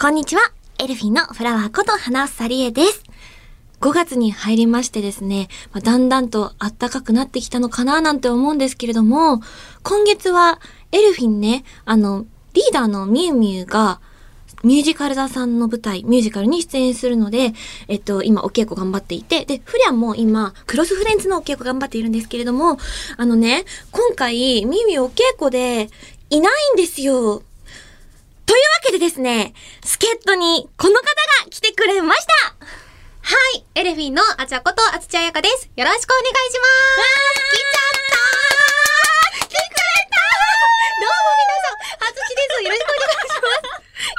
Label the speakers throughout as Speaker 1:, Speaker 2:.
Speaker 1: こんにちは。エルフィンのフラワーこと花サリエです。5月に入りましてですね、まあ、だんだんと暖かくなってきたのかななんて思うんですけれども、今月はエルフィンね、あの、リーダーのみゆみゆがミュージカル座さんの舞台、ミュージカルに出演するので、えっと、今お稽古頑張っていて、で、フリャンも今、クロスフレンズのお稽古頑張っているんですけれども、あのね、今回、みゆみゆお稽古でいないんですよ。というわけでですね、助っ人にこの方が来てくれました
Speaker 2: はい、エレフィンのあちゃことあつちあやかです。よろしくお願いします。来ちゃったー来てくれたーどうも皆さん、あつちです。よろしく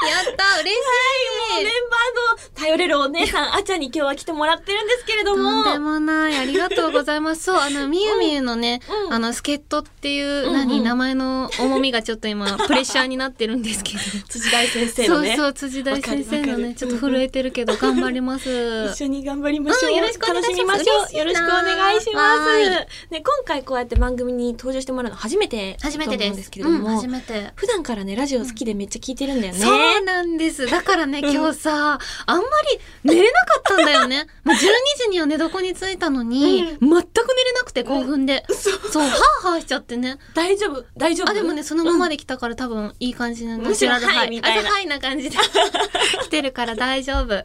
Speaker 2: お願いします。やったー、嬉
Speaker 1: メン
Speaker 2: しい。
Speaker 1: バーの頼れるお姉さん、あちゃんに今日は来てもらってるんですけれども。
Speaker 2: とんでもない。ありがとうございます。そう、あの、みゆみゆのね、
Speaker 1: うん
Speaker 2: あの、助っ人ってい
Speaker 1: うんう
Speaker 2: う、
Speaker 1: ん
Speaker 2: 何、名前の重みがちょっと 今、プレッシャーになってるんですけど。
Speaker 1: 辻大先生
Speaker 2: そ
Speaker 1: の
Speaker 2: う
Speaker 1: ね。
Speaker 2: そう、辻大先
Speaker 1: わ
Speaker 2: 生の
Speaker 1: かるわか
Speaker 2: ね、
Speaker 1: る
Speaker 2: ちょっと震えてるけど、頑張ります。
Speaker 1: 一緒に頑張りましょう。
Speaker 2: うんよろしくお願いしま
Speaker 1: 楽
Speaker 2: す
Speaker 1: しみましょう。よろ
Speaker 2: 嬉
Speaker 1: し
Speaker 2: し
Speaker 1: く
Speaker 2: い
Speaker 1: お
Speaker 2: な
Speaker 1: 願いしま
Speaker 2: は
Speaker 1: す。ね、今回こうやって番組に登場してもらうの初めてだと思
Speaker 2: 初め
Speaker 1: う
Speaker 2: て
Speaker 1: ん
Speaker 2: です。
Speaker 1: ですけれども、
Speaker 2: うん初めて。
Speaker 1: 普段からね、ラジオ好きでめっちゃ聞いてるんだよね。
Speaker 2: そうなんです。だからね、今日さ、あんまり寝れなかったんだ よね。もう12時には寝床に着いたのに、
Speaker 1: うん
Speaker 2: 全く寝れなくて興奮で。そう、ハーハーしちゃってね。
Speaker 1: 大丈夫大丈夫
Speaker 2: あ、でもね、そのままで来たから多分いい感じなん
Speaker 1: むしろ
Speaker 2: ナチュラル
Speaker 1: はいみたいな
Speaker 2: あそうはいな感じで。 来てるから大丈夫。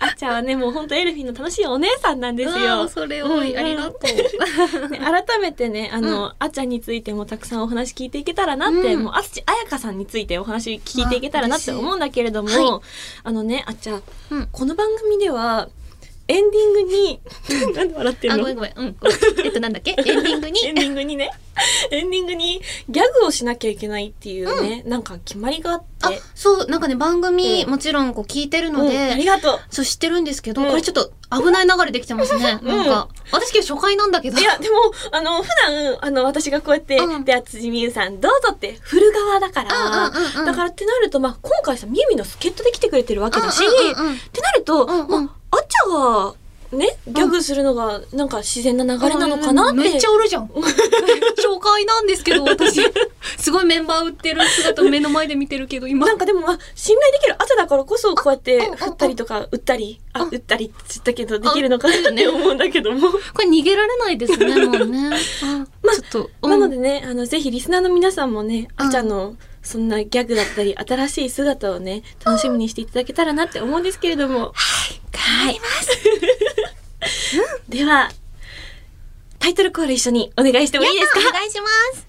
Speaker 1: あっちゃんはね、もう本当エルフィンの楽しいお姉さんなんです
Speaker 2: う
Speaker 1: よ
Speaker 2: わ。それ多
Speaker 1: う
Speaker 2: い。
Speaker 1: ん
Speaker 2: ありがとう。
Speaker 1: ね改めてね、あの、あっちゃんについてもたくさんお話聞いていけたらなって、
Speaker 2: うん
Speaker 1: もうあつちあやかさんについてお話聞いていけたらなって
Speaker 2: わあ嬉しい
Speaker 1: 思うんだけれども、
Speaker 2: は
Speaker 1: あのね、あっちゃん、
Speaker 2: うん
Speaker 1: この番組では、エンディングに、 なんで笑って
Speaker 2: あ、
Speaker 1: る
Speaker 2: ご
Speaker 1: の
Speaker 2: めんごめん。うん。えっと、なんだっけエンディング に
Speaker 1: エ。ンディングにね、エンディングにギャグをしなきゃいけないっていうね、なんか決まりがあって、
Speaker 2: あ、そう、なんかね、番組
Speaker 1: うん
Speaker 2: もちろんこう聞いてる
Speaker 1: う
Speaker 2: の
Speaker 1: ん
Speaker 2: で、
Speaker 1: ありがとう。
Speaker 2: そう知ってるんですけど、
Speaker 1: うん
Speaker 2: これちょっと危ない流れできてますね。
Speaker 1: うん
Speaker 2: なんか、私今日初回なんだけど。
Speaker 1: いや、でも、あの、普段、あの、私がこうやって、
Speaker 2: うん
Speaker 1: で、あつじみゆさん、どうぞって振る側だから、
Speaker 2: うんうんうんうん
Speaker 1: だからってなると、まあ、今回さ、みゆみの助っ人で来てくれてるわけだし、
Speaker 2: うんうんうん
Speaker 1: ってなると、
Speaker 2: うんうん
Speaker 1: まあ、あっちゃんが、ね、ギャグするのが、なんか自然な流れなのかなって。
Speaker 2: めっちゃおるじゃん。 紹介なんですけど、私。すごいメンバー売ってる姿を目の前で見てるけど、今。
Speaker 1: なんかでも、まあ、信頼できる朝だからこそ、こうやって
Speaker 2: うんうんうん
Speaker 1: 振ったりとか、打ったり、あ
Speaker 2: う、ん
Speaker 1: 打ったりって言ったけど、できるのかなって思うんだけども。
Speaker 2: これ逃げられないですね、もう ね。あ
Speaker 1: まあ
Speaker 2: ちょっと、うん
Speaker 1: なのでね、あの、ぜひリスナーの皆さんもね、
Speaker 2: うん
Speaker 1: あっちゃんの、そんなギャグだった り、新しい姿をね、楽しみにしていただけたらなって思うんですけれども。はい。頑張ります。では、タイトルコール一緒にお願いしてもいいですか
Speaker 2: やったお願いします。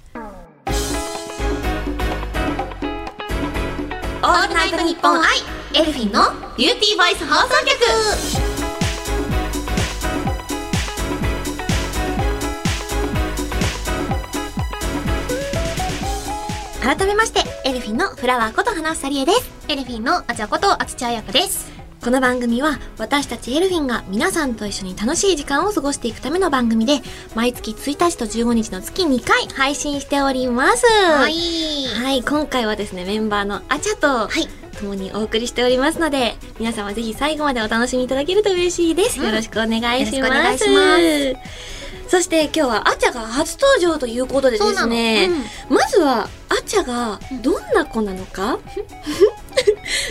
Speaker 1: オ
Speaker 2: オールナイトニッポンアイ、エルフィンのビューティーボイス放送局。
Speaker 1: 改めまして、エルフィンのフラワーこと花さりえです。
Speaker 2: エルフィンのあちゃことあつちあやかです。
Speaker 1: この番組は私たちエルフィンが皆さんと一緒に楽しい時間を過ごしていくための番組で、毎月1日と15日の月2回配信しております。
Speaker 2: は。
Speaker 1: はいはい、今回はですね、メンバーのあちゃと
Speaker 2: はい。
Speaker 1: 共にお送りしておりますので、皆様ぜひ最後までお楽しみいただけると嬉しいです。
Speaker 2: うん
Speaker 1: よろしくお願いし
Speaker 2: よろしくお願
Speaker 1: ま
Speaker 2: い
Speaker 1: す。
Speaker 2: し
Speaker 1: そして今日はあちゃが初登場ということでで
Speaker 2: そう
Speaker 1: す
Speaker 2: なの。
Speaker 1: ね、
Speaker 2: うん
Speaker 1: まずはあちゃがどんな子なの か、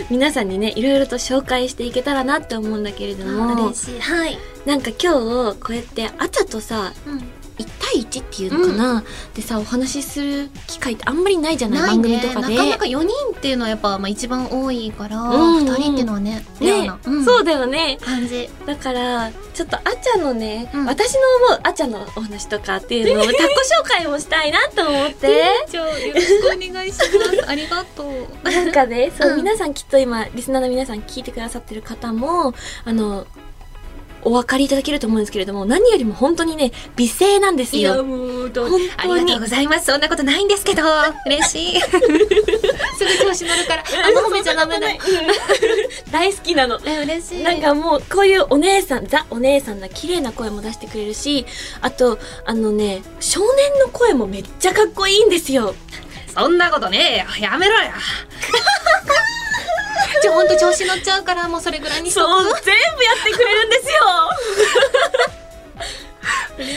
Speaker 1: 皆さんにねいろいろと紹介していけたらなって思うんだけれども
Speaker 2: しい。はい。
Speaker 1: なんか今日こうやってあちゃとさ1対1っていうのかな、でさお話しする機会ってあんまりないじゃない
Speaker 2: ない
Speaker 1: 番組
Speaker 2: ね。
Speaker 1: と
Speaker 2: な
Speaker 1: かで。
Speaker 2: かなか4人っていうのはやっぱまあ一番多いから、
Speaker 1: うんうん
Speaker 2: 2人っていうのはね、レア
Speaker 1: ね
Speaker 2: な、うん
Speaker 1: そうだよね
Speaker 2: 感じ。
Speaker 1: だからちょっとあちゃんのね、
Speaker 2: うん
Speaker 1: 私の思うあちゃんのお話とかっていうのを他己紹介もしたいなと思って
Speaker 2: じゃあよろしくお願いします。ありがと う。
Speaker 1: なんかね、 そう、
Speaker 2: うん
Speaker 1: 皆さんきっと今、リスナーの皆さん聞いてくださってる方も、あの、お分かりいただけると思うんですけれども、何よりも本当にね、美声なんですよ。
Speaker 2: もうど
Speaker 1: 本
Speaker 2: あ
Speaker 1: 当
Speaker 2: りが
Speaker 1: に
Speaker 2: とうございます。そんなことないんですけど、嬉 しい。すぐ調子乗るから、あんま褒めちゃダメだ。
Speaker 1: うん。大好きなの。
Speaker 2: え、嬉しい。
Speaker 1: なんかもう、こういうお姉さん、ザお姉さんな綺麗な声も出してくれるし、あと、あのね、少年の声もめっちゃかっこいいんですよ。
Speaker 2: そんなことねえよ。やめろよ。 じゃあほんと調子乗っちゃうから、もうそれぐらいにしと
Speaker 1: そう、全部やってくれるんで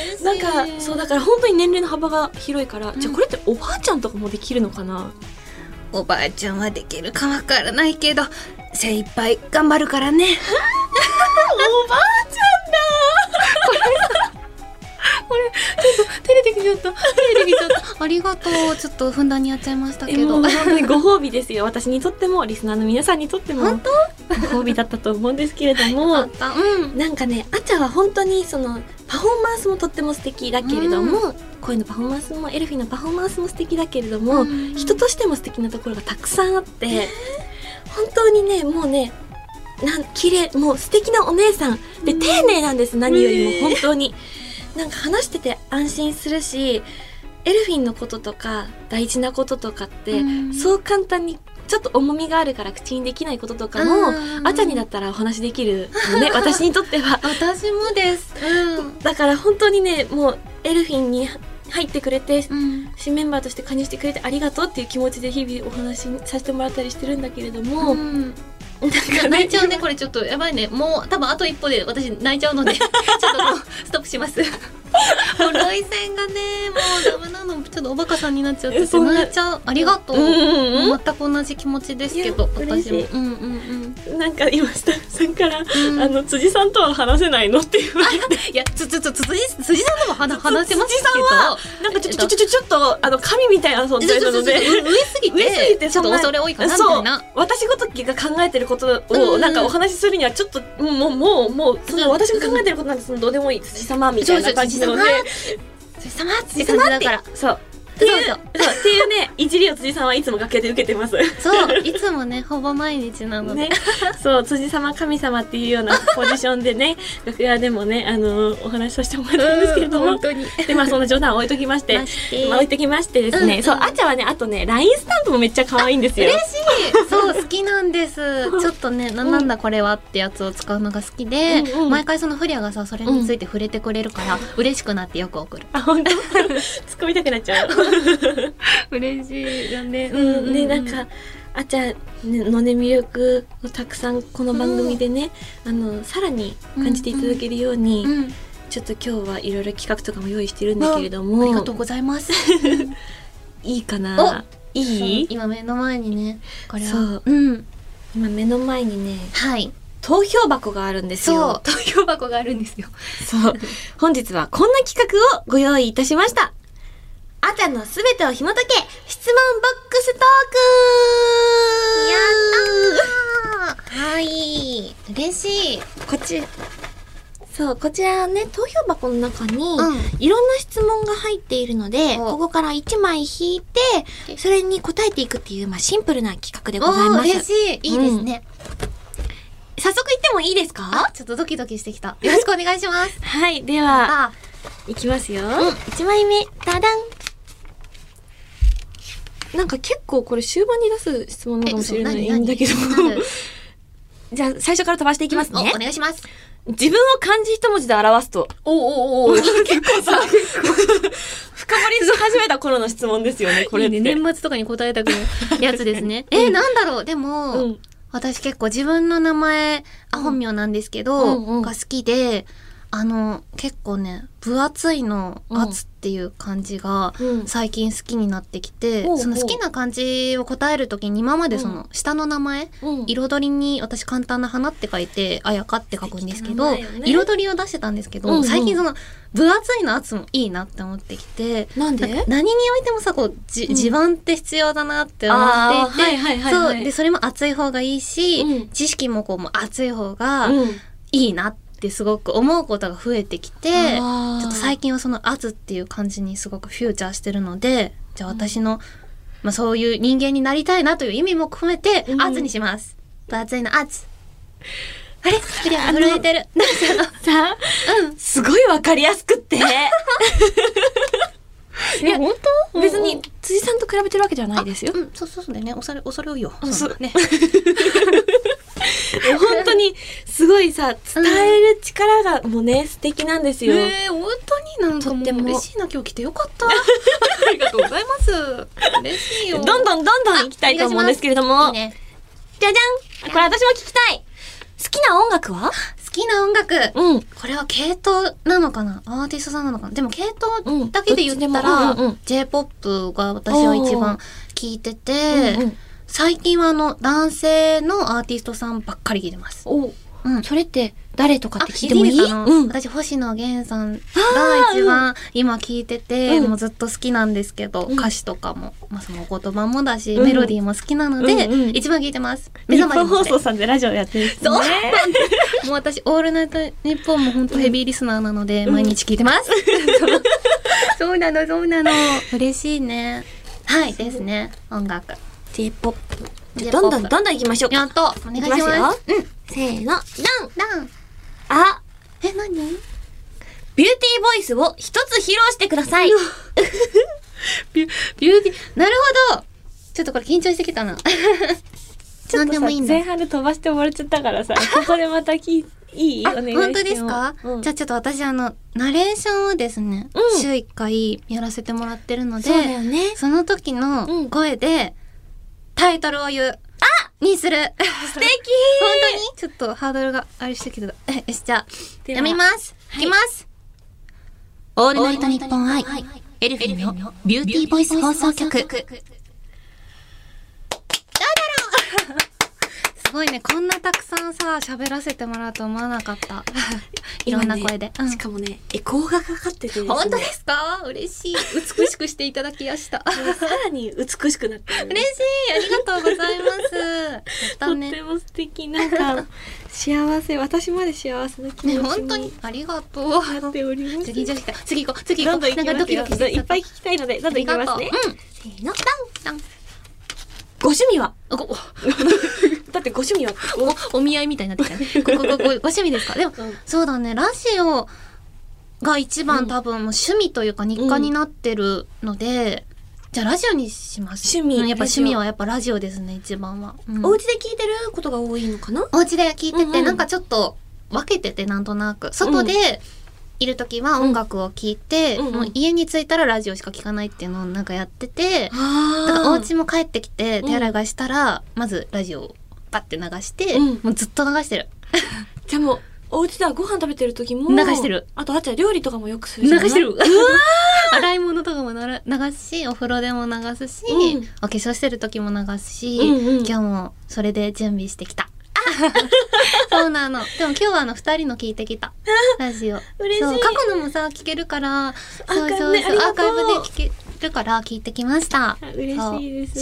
Speaker 1: すよ
Speaker 2: 嬉し い
Speaker 1: なんか、そう、だから本当に年齢の幅が広いから、じゃあこれっておばあちゃんとかもできるのかな
Speaker 2: おばあちゃんはできるかわからないけど精一杯頑張るからねおばあち ゃんだこれちょっと照れてきちゃった照れてきちゃったありがとうちょっとふんだんにやっちゃいましたけ
Speaker 1: えも
Speaker 2: ど
Speaker 1: う 本当にご褒美ですよ私にとってもリスナーの皆さんにとっても
Speaker 2: 本
Speaker 1: ご褒美だったと思うんですけれど
Speaker 2: あっ
Speaker 1: も
Speaker 2: たうん
Speaker 1: なんかねあちゃは本当にそのパフォーマンスもとっても素敵だけれども、声のパフォーマンスもエルフィンのパフォーマンスも素敵だけれども、
Speaker 2: うん
Speaker 1: 人としても素敵なところがたくさんあって、本当にねもうねなん綺麗もう素敵なお姉さんで
Speaker 2: うん
Speaker 1: 丁寧なんです、何より
Speaker 2: え
Speaker 1: も本当に、なんか話してて安心するしエルフィンのこととか大事なこととかって、
Speaker 2: うん
Speaker 1: そう簡単にちょっと重みがあるから口にできないこととか
Speaker 2: う
Speaker 1: も、
Speaker 2: ん
Speaker 1: あちゃにだったらお話できるの ね私にとっては
Speaker 2: 私もですうん
Speaker 1: だから本当にねもうエルフィンに入ってくれて
Speaker 2: うん
Speaker 1: 新メンバーとして加入してくれてありがとうっていう気持ちで日々お話しさせてもらったりしてるんだけれども、
Speaker 2: うん
Speaker 1: なんか
Speaker 2: 泣いちゃう
Speaker 1: ね
Speaker 2: ねこれちょっとやばいねもう多分あと一歩で私泣いちゃう のでちょっともうストップし ますもう涙腺がねもうダメなのちょっとおバカさんになっちゃって
Speaker 1: え
Speaker 2: て
Speaker 1: そんな
Speaker 2: 泣いちゃうありがとう、
Speaker 1: うんうん
Speaker 2: 全く同じ気持ちですけど
Speaker 1: いや嬉
Speaker 2: 私
Speaker 1: しい
Speaker 2: もうんうんうん
Speaker 1: うんなんか今スタッフさんから、
Speaker 2: ん
Speaker 1: あの辻さんとは話せないのって言われて
Speaker 2: いやつつつつ辻辻さんとも話話せますけど
Speaker 1: 辻なんかちょちょちょちょちょっとあの神みたいな存
Speaker 2: ちょ
Speaker 1: 在
Speaker 2: ち
Speaker 1: な
Speaker 2: ょち
Speaker 1: の
Speaker 2: ょちょ
Speaker 1: で。
Speaker 2: 上すぎて
Speaker 1: 上すぎて
Speaker 2: ちょっ
Speaker 1: そ
Speaker 2: と
Speaker 1: んな
Speaker 2: 恐れ多いかなみた
Speaker 1: そ
Speaker 2: いうな
Speaker 1: 私ごときが考えてること
Speaker 2: うんう
Speaker 1: を
Speaker 2: ん
Speaker 1: なんかお話しするにはちょっともうもうもうもうその私が考えてることなんてそのどうでもいい辻様みたいな感じなので
Speaker 2: そうそう辻様って感じだから
Speaker 1: そう
Speaker 2: そ
Speaker 1: そうう
Speaker 2: そう
Speaker 1: そうっていうねいじりを辻さんはいつも楽屋で受けてます
Speaker 2: そういつもねほぼ毎日なので、
Speaker 1: ね、 そう辻様神様っていうようなポジションでね 楽屋でもねあのお話しさせてもらったんですけれども
Speaker 2: 本当に
Speaker 1: でまあそんな冗談は置いときまして
Speaker 2: まして
Speaker 1: まあ置いときましてですね、
Speaker 2: うん
Speaker 1: そうあちゃはねあとね LINE スタンプもめっちゃ可愛いんですよ
Speaker 2: 嬉しいそう好きなん ですちょっとねななんだこれはってやつを使うのが好きで、
Speaker 1: うんうん
Speaker 2: 毎回そのフリアがさそれについて触れてくれるから、嬉しくなってよく送る
Speaker 1: あ本当 突っ込みたくなっちゃ う
Speaker 2: 嬉しいよね
Speaker 1: うんねなんかあちゃのね魅力をたくさんこの番組でね、あのさらに感じていただけるように、
Speaker 2: うん
Speaker 1: ちょっと今日はいろいろ企画とかも用意してるんだけれども
Speaker 2: ありがとうございます
Speaker 1: いいかないい
Speaker 2: 今目の前にねこれは
Speaker 1: そう
Speaker 2: うん
Speaker 1: 今目の前にね
Speaker 2: はい
Speaker 1: 投票箱があるんです
Speaker 2: そう
Speaker 1: よ。
Speaker 2: 投票箱があるんですよ
Speaker 1: そう。本日はこんな企画をご用意いたしました。あたのすべてを紐解け質問ボックスト
Speaker 2: はい嬉しい
Speaker 1: ークこちら、そう、こちらね、投票箱の中に、
Speaker 2: う
Speaker 1: いろんな質問が入っているので、
Speaker 2: お
Speaker 1: ここから1枚引いて、それに答えていくっていう、まあ、シンプルな企画でござい
Speaker 2: お
Speaker 1: ま
Speaker 2: ー嬉
Speaker 1: す。
Speaker 2: しいいいですね、
Speaker 1: 早速行ってもいいですか
Speaker 2: あ、ちょっとドキドキしてきた。よろしくお願いします。
Speaker 1: はい、では、
Speaker 2: あ、
Speaker 1: いきますよ。一、枚目、ダダン。なんか結構これ終盤に出す質問なのかもしれないんだけど。 じゃあ最初から飛ばしていきますね
Speaker 2: お、お。願いします。
Speaker 1: 自分を漢字一文字で表すと。
Speaker 2: おおおお。結構 さ、
Speaker 1: 深掘りし始めた頃の質問ですよね、これって。
Speaker 2: 年末とかに答えたくないやつです ね。え、なんだろう。でも、
Speaker 1: うん
Speaker 2: 私結構自分の名前、あ、本名なんですけど、
Speaker 1: うんうん
Speaker 2: が好きで、あの、結構ね、分厚いの、
Speaker 1: うん
Speaker 2: 厚っていう感じが、
Speaker 1: うん
Speaker 2: 最近好きになってきて、
Speaker 1: ほうほう
Speaker 2: その好きな漢字を答えるときに今までその下の名前、
Speaker 1: うん
Speaker 2: 彩りに私簡単な花って書いて、あやかって書くんですけど、
Speaker 1: 素敵な名前よね
Speaker 2: 彩りを出してたんですけど、
Speaker 1: うんうん
Speaker 2: 最近その分厚いの圧もいいなって思ってきて、
Speaker 1: なんで
Speaker 2: か何においてもさ、こう、じ、
Speaker 1: うん
Speaker 2: 地盤って必要だなって思
Speaker 1: あ
Speaker 2: っ
Speaker 1: ー
Speaker 2: ていて、
Speaker 1: はいはいはいはい
Speaker 2: そう、で、それも厚い方がいいし、
Speaker 1: うん
Speaker 2: 知識もこう、もう厚い方が
Speaker 1: うん
Speaker 2: いいなってすごく思うことが増えてきて、
Speaker 1: あー
Speaker 2: ちょっと最近はその圧っていう感じにすごくフューチャーしてるので、じゃあ私の、まあそういう人間になりたいなという意味も込めて、
Speaker 1: うん
Speaker 2: 圧にします。分厚いの圧。あれクリア震え てる。なんかその
Speaker 1: さあ、
Speaker 2: うん。
Speaker 1: すごいわかりやすく って。いや
Speaker 2: 本当
Speaker 1: 別に、辻さんと比べてるわけじゃないですよ
Speaker 2: う。ん、そうそうそうだよね。恐れ、恐れ多いよ。
Speaker 1: うん
Speaker 2: そうだね。
Speaker 1: 本当にすごいさ伝える力がもうね素敵なんですよ、
Speaker 2: えー、本当になんか
Speaker 1: とっ
Speaker 2: も
Speaker 1: て
Speaker 2: う
Speaker 1: も
Speaker 2: 嬉しいな今日来てよかった ありがとうございます嬉しいよ
Speaker 1: どんどんどんどん行きたいと思うんですけれども
Speaker 2: いいね
Speaker 1: じゃじゃんこれ私も聞きたい好きな音楽は
Speaker 2: 好ききな音楽、
Speaker 1: うん。
Speaker 2: これは系統なのかなアーティストさんなのかなでも系
Speaker 1: う
Speaker 2: 統
Speaker 1: ん
Speaker 2: だけで言った
Speaker 1: どっちでもうんう
Speaker 2: ら
Speaker 1: ん、
Speaker 2: J-POP が私は一番聞いて
Speaker 1: うんう
Speaker 2: て
Speaker 1: ん、
Speaker 2: 最近はあの、男性のアーティストさんばっかり聞いてます。
Speaker 1: お、
Speaker 2: うん。
Speaker 1: それって誰とか
Speaker 2: あ、
Speaker 1: って聞いてもいい
Speaker 2: でかな
Speaker 1: うん。
Speaker 2: 私、星野源さんが
Speaker 1: あー
Speaker 2: 一番今聞いてて、
Speaker 1: うん
Speaker 2: もうずっと好きなんですけど、
Speaker 1: うん
Speaker 2: 歌詞とかも、まあそのお言葉もだし、
Speaker 1: うん
Speaker 2: メロディーも好きなの
Speaker 1: う
Speaker 2: で、
Speaker 1: んうん
Speaker 2: 一番聞いてます。目覚まりもして
Speaker 1: さんでラジオやってるんですね
Speaker 2: そう もう私、オールナイト日本も本当ヘビーリスナーなので、毎日聞いてます。 そうなの、そうなの。嬉しいね。はい、ですね。音楽。
Speaker 1: J-POP。じゃあどんどんどんどん行きましょう
Speaker 2: や
Speaker 1: か。
Speaker 2: っと、お願
Speaker 1: い
Speaker 2: いします。
Speaker 1: きます
Speaker 2: うん。
Speaker 1: せーの、ダン
Speaker 2: ダン。
Speaker 1: あ、
Speaker 2: え、何
Speaker 1: ビューティーボイスを一つ披露してください。
Speaker 2: ビュビューティー。なるほど。 ちょっとこれ緊張してきたな。何でもいいんだ。
Speaker 3: 前半で飛ばしてもらっちゃった からさ、ここでまたき、いい
Speaker 2: あ
Speaker 3: お願いしても
Speaker 2: 本当ですか、
Speaker 3: うん
Speaker 2: じゃあちょっと私あの、ナレーションをですね、
Speaker 1: うん
Speaker 2: 週一回やらせてもらってるので、
Speaker 1: そうだよね。
Speaker 2: その時
Speaker 1: う
Speaker 2: の
Speaker 1: ん
Speaker 2: 声で、タイトルを言う。あにする。 本
Speaker 1: 素敵
Speaker 2: 当にちょっとハードルがあれしてきた。 えよし、じゃあ、
Speaker 3: では
Speaker 2: 読みます。いきます。オールナイトニッポン愛、エルフィンのビューティーボイス放送局。どうだろうすごいね、こんなたくさんさ、喋らせてもらうと思わな かった。いろんな声で。
Speaker 1: 今ねしかもね、エコーがかかっててですね
Speaker 2: 本当ですか嬉しい。美しくしていただき やした。
Speaker 1: さらに美しくなってる。
Speaker 2: 嬉しいありがとうございます。やった
Speaker 3: とっ
Speaker 2: ね。
Speaker 3: ても素敵なん か、幸せ、私まで幸せな気持ち
Speaker 2: ね、
Speaker 3: に
Speaker 2: 本当にありがとう。
Speaker 3: なっております。
Speaker 2: 次女子か。次行こう。次行
Speaker 3: ど
Speaker 2: こ
Speaker 3: んどん
Speaker 2: う。
Speaker 3: 行
Speaker 2: なん
Speaker 3: き
Speaker 2: か
Speaker 3: ま
Speaker 2: ド
Speaker 3: すよ
Speaker 2: キドキし
Speaker 3: どんどん
Speaker 2: て
Speaker 3: いっぱい聞きたいので、どんどん行きますね
Speaker 2: あり。がとう
Speaker 1: せーの、ダン
Speaker 2: うん。なんか
Speaker 1: ご趣味は
Speaker 2: おご
Speaker 1: だってご趣味は
Speaker 2: おお見合いみたいになってきたね。ごごご ごご趣味ですか。でも、
Speaker 1: ん
Speaker 2: そうだね。ラジオが一
Speaker 1: う
Speaker 2: 番
Speaker 1: ん
Speaker 2: 多分もう趣味というか日課になってるので、じゃあラジオにします。
Speaker 1: 趣味
Speaker 2: うんやっぱ
Speaker 1: ラジオ
Speaker 2: 趣味はやっぱラジオですね。一番は。うん
Speaker 1: お家で聞いてることが多いのかな
Speaker 2: お家で聞いてて、
Speaker 1: うんうん
Speaker 2: なんかちょっと分けててなんとなく外でいる時は音楽を聴いて、
Speaker 1: うんうん
Speaker 2: もう家に着いたらラジオしか聴かないっていうのをなんかやってて、
Speaker 1: あ
Speaker 2: だからお
Speaker 1: お家
Speaker 2: 家も帰ってきて手洗いがしたら、まずラジオをパッて流して、
Speaker 1: うん
Speaker 2: もうずっと流してる
Speaker 1: じゃあもう、お家ではご飯食べてる時も。
Speaker 2: 流してる。
Speaker 1: あと、あっちは料理とかもよくする
Speaker 2: 流
Speaker 1: じゃない
Speaker 2: してる 洗い物とかもなら流すしお風呂でも流すし、
Speaker 1: うん
Speaker 2: お化粧してる時も流すし、
Speaker 1: うんうん
Speaker 2: 今日もそれで準備してきた そうなのでも今日はあの二人の聞いて きたラジオ
Speaker 1: 嬉しい
Speaker 2: そう過去のもさ聞けるからそうそうそう
Speaker 1: ねありがとう
Speaker 2: アーカイブで聞けるから聞いてきました
Speaker 3: あ嬉しいです
Speaker 2: そう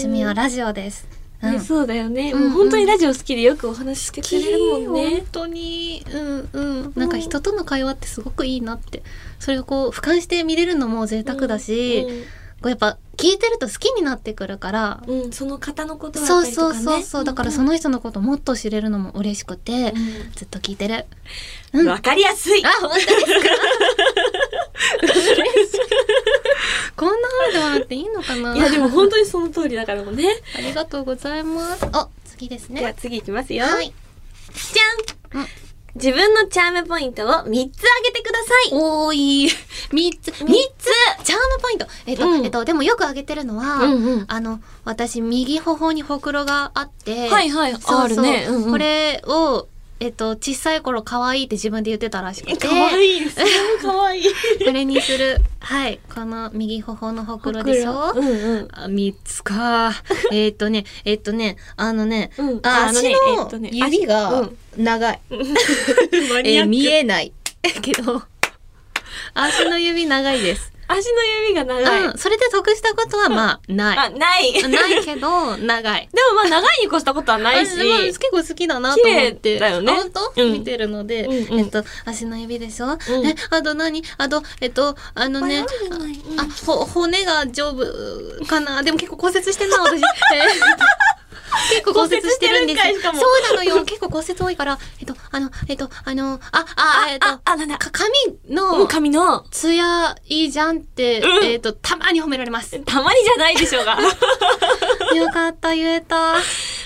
Speaker 2: 趣味はラジオです、うん
Speaker 1: ねそうだよね。
Speaker 2: うんうん
Speaker 1: もう本当にラジオ好きでよくお話ししてくれるもんね。
Speaker 2: 本当にうんうんなんか人との会話ってすごくいいなってそれをこう俯瞰して見れるのも贅沢だし、
Speaker 1: うん
Speaker 2: こうやっぱ聞いてると好きになってくるから、
Speaker 1: うん、うんその方のことだっ
Speaker 2: そう
Speaker 1: たりとか
Speaker 2: そう
Speaker 1: ね。
Speaker 2: そうそうだからそ
Speaker 1: の、
Speaker 2: の人のこともっと知れるのも嬉しくて、
Speaker 1: うん
Speaker 2: ずっと聞いてる
Speaker 1: うんわかりやすい。
Speaker 2: あ本当 ですかこんな風で笑っていいのかない
Speaker 1: や、でも本当にその通りだからもね。
Speaker 2: ありがとうございますあ次です
Speaker 3: では
Speaker 2: ね
Speaker 3: 次行きますよ。
Speaker 2: はい
Speaker 1: じゃ
Speaker 2: うんん
Speaker 1: 自分のチャームポイントを3つあげてください。
Speaker 2: おーい3つ
Speaker 1: 3
Speaker 2: 3つチャームポイントえっと、
Speaker 1: うん
Speaker 2: えっとでもよく挙げてるのは、
Speaker 1: うんうん。
Speaker 2: あの私右頬にほくろがあって
Speaker 1: はいはい、あるね。うんうん
Speaker 2: こ、れを、えっと、小さい頃可愛いって自分で言ってたらしくて、
Speaker 1: かわいいですよ。かわいい。
Speaker 2: これにする。はい。この右頬のほくろでしょ
Speaker 1: うんうん。
Speaker 2: あ三 つか。えっとね、えっとね、あのね、
Speaker 1: うん
Speaker 2: あ
Speaker 1: あの
Speaker 2: 足
Speaker 1: ねえっと
Speaker 2: の
Speaker 1: ね
Speaker 2: 指
Speaker 1: 足う
Speaker 2: が
Speaker 1: ん
Speaker 2: 長い。
Speaker 1: マ
Speaker 2: え
Speaker 1: ニアッ
Speaker 2: ー
Speaker 1: ク
Speaker 2: 見えない。 けど、足の指長いです。
Speaker 1: 足の指が長い。
Speaker 2: うん。それで得したことは、まあ、な
Speaker 1: あ、ない。で
Speaker 2: い。ないけど、長い。
Speaker 1: もまあ長いに越したことはな
Speaker 2: あ
Speaker 1: い
Speaker 2: で
Speaker 1: し。
Speaker 2: も結構好きだなと思って。
Speaker 1: 綺麗だよね
Speaker 2: 本当、
Speaker 1: うん
Speaker 2: 見てるので、
Speaker 1: うんうん
Speaker 2: えっと、足の指でしょ、え、あと何あと、えっと、あのね、あ、ほ、骨が丈夫かなでも結構骨折し てんな、私。えー結構骨折してるんです
Speaker 1: 骨折してるんかい
Speaker 2: よ。
Speaker 1: しかも
Speaker 2: そうなのよ。結構骨折多いから、えっと、あの、えっと、あの、あ、あ、えっと、
Speaker 1: あ、あ、なんだ。
Speaker 2: か髪
Speaker 1: も
Speaker 2: の
Speaker 1: う髪の、
Speaker 2: ツヤいいじゃんって、
Speaker 1: うん
Speaker 2: えっと、たまに褒められます。よ
Speaker 1: たまにじゃないでしょうが。
Speaker 2: かった、言えた。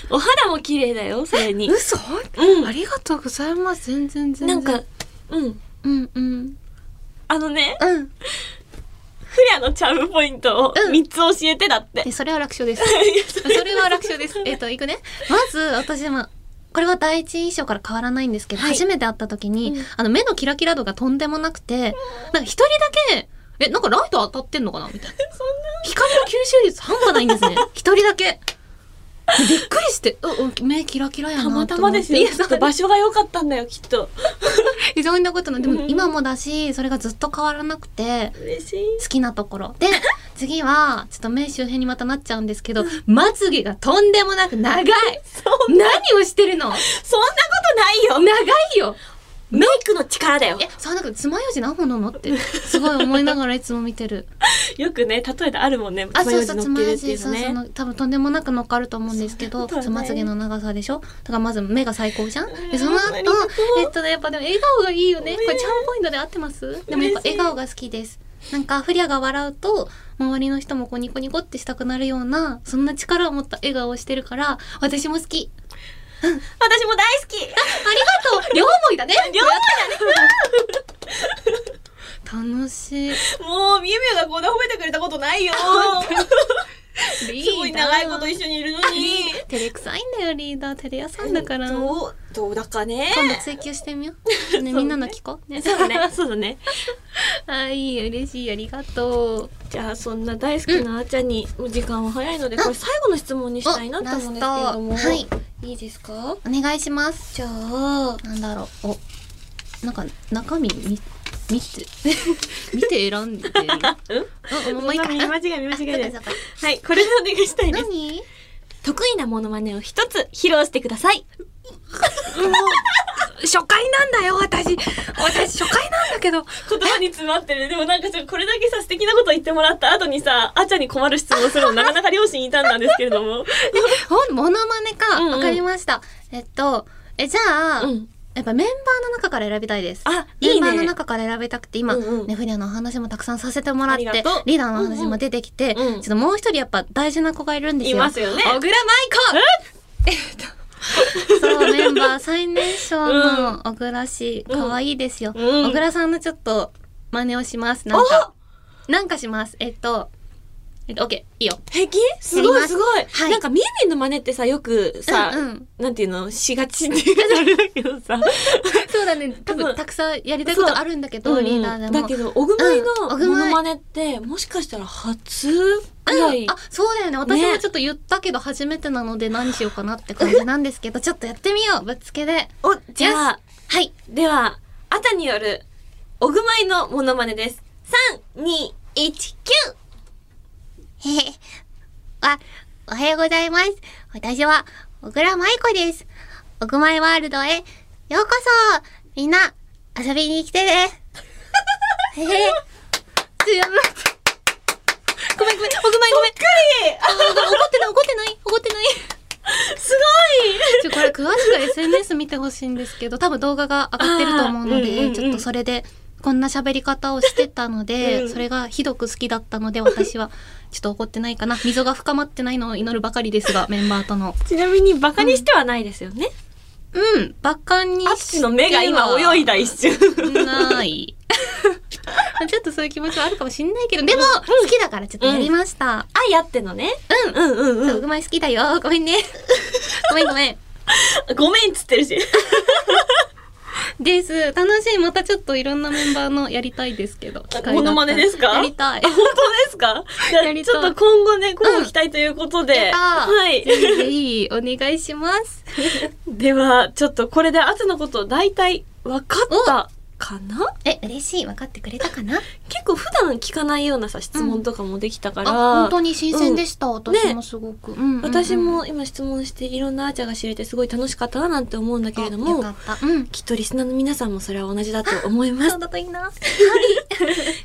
Speaker 1: お肌も綺麗だよ、それに。
Speaker 2: 嘘
Speaker 1: うん
Speaker 2: ありがとうございます。全然全
Speaker 1: な
Speaker 2: 然。
Speaker 1: んか、、うん。
Speaker 2: うんうん。
Speaker 1: あのね、
Speaker 2: うん。
Speaker 1: フレアのチャームポイントを
Speaker 2: うん
Speaker 1: 3つ教えてだって。
Speaker 2: え、それは楽勝です。
Speaker 1: いやそ
Speaker 2: それは楽勝です。えっと、いくね。まず、私、まあ、これは第一印象から変わらないんですけど、
Speaker 4: はい
Speaker 2: 初めて会った時に、
Speaker 4: うん
Speaker 2: あの、目のキラキラ度がとんでもなくて、なんか一人だけ、え、なんかライト当たってんのかなみた いな。光の吸収率半端ないんですね。一人だけ。びっくりして、うう目キラキラやな
Speaker 4: たまた
Speaker 2: と思
Speaker 4: ま
Speaker 2: って
Speaker 4: ですよ。
Speaker 2: いや
Speaker 4: きっと場所が良かったんだよ、きっと。
Speaker 2: いろんなことの、でも
Speaker 4: うん
Speaker 2: 今もだし、それがずっと変わらなくて、
Speaker 4: 嬉しい。
Speaker 2: 好きなとこ ろ。で、次は、ちょっと目周辺にまたなっちゃうんですけど、まつげがとんでもなく長い
Speaker 4: そんなこ
Speaker 2: 何をしてるの
Speaker 4: とないよ。
Speaker 2: 長いよ
Speaker 4: メイクの力だよ。
Speaker 2: え、そうなんか爪楊枝何本なのって、すごい思いながらいつも見てる。
Speaker 4: よくね、例えてあるもんね。
Speaker 2: あ、そ
Speaker 4: 爪
Speaker 2: うそ
Speaker 4: 楊枝
Speaker 2: う、
Speaker 4: 乗っけ
Speaker 2: 爪楊
Speaker 4: る
Speaker 2: 枝、
Speaker 4: ってい
Speaker 2: そうう
Speaker 4: のね
Speaker 2: そう、多分とんでもなく乗っかると思うんですけ
Speaker 4: そ
Speaker 2: ど、
Speaker 4: うだね
Speaker 2: つまつげの長さでしょだからまず目が最高じゃん
Speaker 4: うん
Speaker 2: で、その後
Speaker 4: ありがとう、
Speaker 2: えっとね、やっぱでも笑顔がいいよね。
Speaker 4: ね
Speaker 2: これちゃんポイントで合ってますでもやっぱ笑顔が好きです。なんか、フリアが笑うと、周りの人もこうニコニコってしたくなるような、そんな力を持った笑顔をしてるから、私も好き。
Speaker 4: 私も大好き。
Speaker 2: ありがとう両思いだね両思いだね楽しい。
Speaker 1: もう、みゆみゆがこんな褒めてくれたことないよ。
Speaker 2: リーダー
Speaker 1: すごい長いこと一緒にいるのに。
Speaker 2: 照れくさいんだよリーダー照れ屋さんだから今
Speaker 1: どう、どうだかね。
Speaker 2: 度追求してみよ うねみんなの聞こうね
Speaker 1: そうね、そうだね。
Speaker 2: はい嬉しいありがとう
Speaker 1: じゃあ、そんな大好きなあーちゃんに、もう時間は早いので、これ最後の質問にしたいなと思うんですけれども。
Speaker 2: ラストはい
Speaker 1: いいです か
Speaker 2: お願いします
Speaker 1: じゃあ、
Speaker 2: なんだろうおなんか中身み見て 見て選んで るうんもう一
Speaker 1: 今
Speaker 2: 回
Speaker 1: 見間違い見間違いです
Speaker 2: そ。っかそっか
Speaker 1: はい、これでお願いしたいです。
Speaker 2: 何
Speaker 4: 得意なモノマネを一つ披露してください。
Speaker 2: 初回なんだよ私私初回なんだけど
Speaker 1: 言葉に詰まってる。でもなんかちょっとこれだけさ、素敵なこと言ってもらった後にさ、あーちゃんに困る質問するのなかなか両親いたんだんですけれども。
Speaker 2: ほんモノマネか
Speaker 1: うんうん
Speaker 2: わかりましたえっとえじゃあ
Speaker 1: ん。
Speaker 2: やっぱメンバーの中から選びたいです
Speaker 1: あ、
Speaker 2: メ
Speaker 1: い
Speaker 2: ン
Speaker 1: い
Speaker 2: バーの
Speaker 1: ね。
Speaker 2: 中から選びたくて今、
Speaker 1: うんうん
Speaker 2: ねフリアのお話もたくさんさせてもらって
Speaker 1: ありがとう
Speaker 2: リーダーのお話も出てきて、
Speaker 1: うんうん
Speaker 2: ちょっともう一人やっぱ大事な子がいるんですよ。
Speaker 1: いますよね。
Speaker 2: 小倉舞子そうメンバー最年少の小倉氏
Speaker 1: うん
Speaker 2: 可愛、いいですよ、
Speaker 1: うん
Speaker 2: 小倉さんのちょっと真似をしますなんかなんかしますえっとえっとオッケ ーいいよ
Speaker 1: 平気すごいすごい。
Speaker 2: はい
Speaker 1: なんか、みえみえの真似ってさ、よくさ、
Speaker 2: うんうん
Speaker 1: なんていうの、しがちっ ていうか、あれだけどさ。
Speaker 2: そうだね多
Speaker 1: う
Speaker 2: 分
Speaker 1: ん
Speaker 2: たくさんやりたいことあるんだけど、
Speaker 1: うんうん
Speaker 2: リーダーでも
Speaker 1: だけど、おぐまい
Speaker 2: うん
Speaker 1: の
Speaker 2: おぐ
Speaker 1: モ
Speaker 2: まい
Speaker 1: ノマネって、もしかしたら初ぐらい
Speaker 2: あ、そうだよね。私もちょっと言ったけど、初めてなので何しようかなって感じなんですけど、ちょっとやってみよう。ぶっつけで。
Speaker 1: お、じゃあ、
Speaker 2: はい。
Speaker 1: では、あたによる、おぐまいのモノマネです。3、2、1、9!
Speaker 2: へへ。あ、おはようございます。私は、小倉舞子です。おぐまいワールドへ、ようこそみんな、遊びに来 てね へへ。強まごめんごめん、おぐまいごめん。怒ってない怒ってない怒ってない
Speaker 1: す
Speaker 2: ちょこれ詳しく SNS 見てほしいんですけど多分動画が上がってると思うので、
Speaker 1: あーうんうんうん
Speaker 2: ちょっとそれでこんな喋り方をしてたので、
Speaker 1: うん
Speaker 2: それがひどく好きだっ たので私はちょっと怒ってないかな溝が深まってないのを祈るばかり ですがメンバーとの
Speaker 1: ごいちなみに、バカにしてはないですよね。
Speaker 2: うんバカに
Speaker 1: あっちの目が今泳いだ一瞬。
Speaker 2: ない ちょっとそういう気持ちはあるかもしんないけどでも、好きだからちょっとやりました、
Speaker 1: 愛 あってのね。うん。うんうん
Speaker 2: そうううまい好きだよごめんねごめんごめん
Speaker 1: ん。ごめんっつってるし。
Speaker 2: です。楽しい。またちょっといろんなメンバーのやりたいですけど。機会が
Speaker 1: モ
Speaker 2: あったら
Speaker 1: ノマネですか
Speaker 2: やりたい。
Speaker 1: 本当ですかじゃ
Speaker 2: や
Speaker 1: あ
Speaker 2: り
Speaker 1: ち
Speaker 2: たい
Speaker 1: ょっと今後ね、今後期待ということで。
Speaker 2: やった
Speaker 1: はい。
Speaker 2: ぜひぜひお願いします。
Speaker 1: では、ちょっとこれでアツのこと大体分かったかな
Speaker 2: え、嬉しい。分かってくれたかな
Speaker 1: 結構普段聞かないようなさ、質問とかもできたから。
Speaker 2: あ、本当に新鮮でした。私もすごく。うんうんうん
Speaker 1: 私も今質問していろんなあーちゃんが知れてすごい楽しかったななんて思うんだけれど
Speaker 2: あよ
Speaker 1: も
Speaker 2: かった。うん。
Speaker 1: きっとリスナーの皆さんもそれは同じだと思います
Speaker 2: そうだといいな。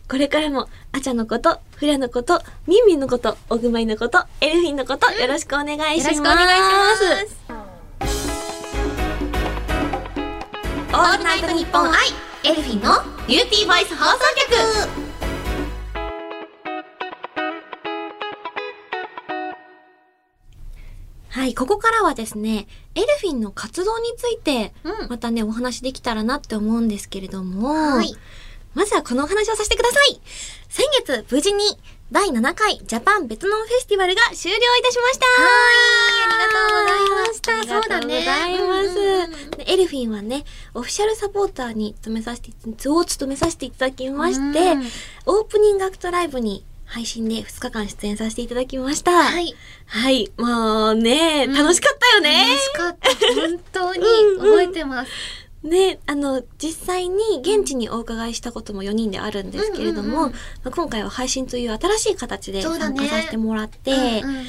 Speaker 1: これからもあーちゃんのことフラのことミンミンのことおぐまいのことエルフィンのことよろしくお願いします
Speaker 2: よろしくお願いします
Speaker 1: オールナイトニッポン
Speaker 2: い。エルフィンのビューティーボイス放送局。
Speaker 4: はい、ここからはですね、エルフィンの活動について、
Speaker 2: うん。
Speaker 4: またね、お話できたらなって思うんですけれども、
Speaker 2: はい。
Speaker 1: まずはこのお話をさせてください。先月、無事に第7回ジャパンベトナムフェスティバルが終了いたしました。
Speaker 2: ありがとうございましたそうだね
Speaker 1: ありがとうございます。
Speaker 2: うんうん
Speaker 1: でエルフィンはね、オフィシャルサポーターに務めさせて、を務めさせていただきまして、
Speaker 2: うん
Speaker 1: オープニングアクトライブに配信で2日間出演させていただきました。はい。
Speaker 2: い。
Speaker 1: もうね、
Speaker 2: うん
Speaker 1: 楽しかったよね。
Speaker 2: 楽しかった。本当に
Speaker 1: うん
Speaker 2: 覚えてます。
Speaker 1: ね、あの、実際に現地にお伺いしたことも4人であるんですけれども、
Speaker 2: うんうんうん
Speaker 1: まあ今回は配信という新しい形で
Speaker 2: そうだ
Speaker 1: 参
Speaker 2: ね
Speaker 1: 加させてもらって、
Speaker 2: うんうん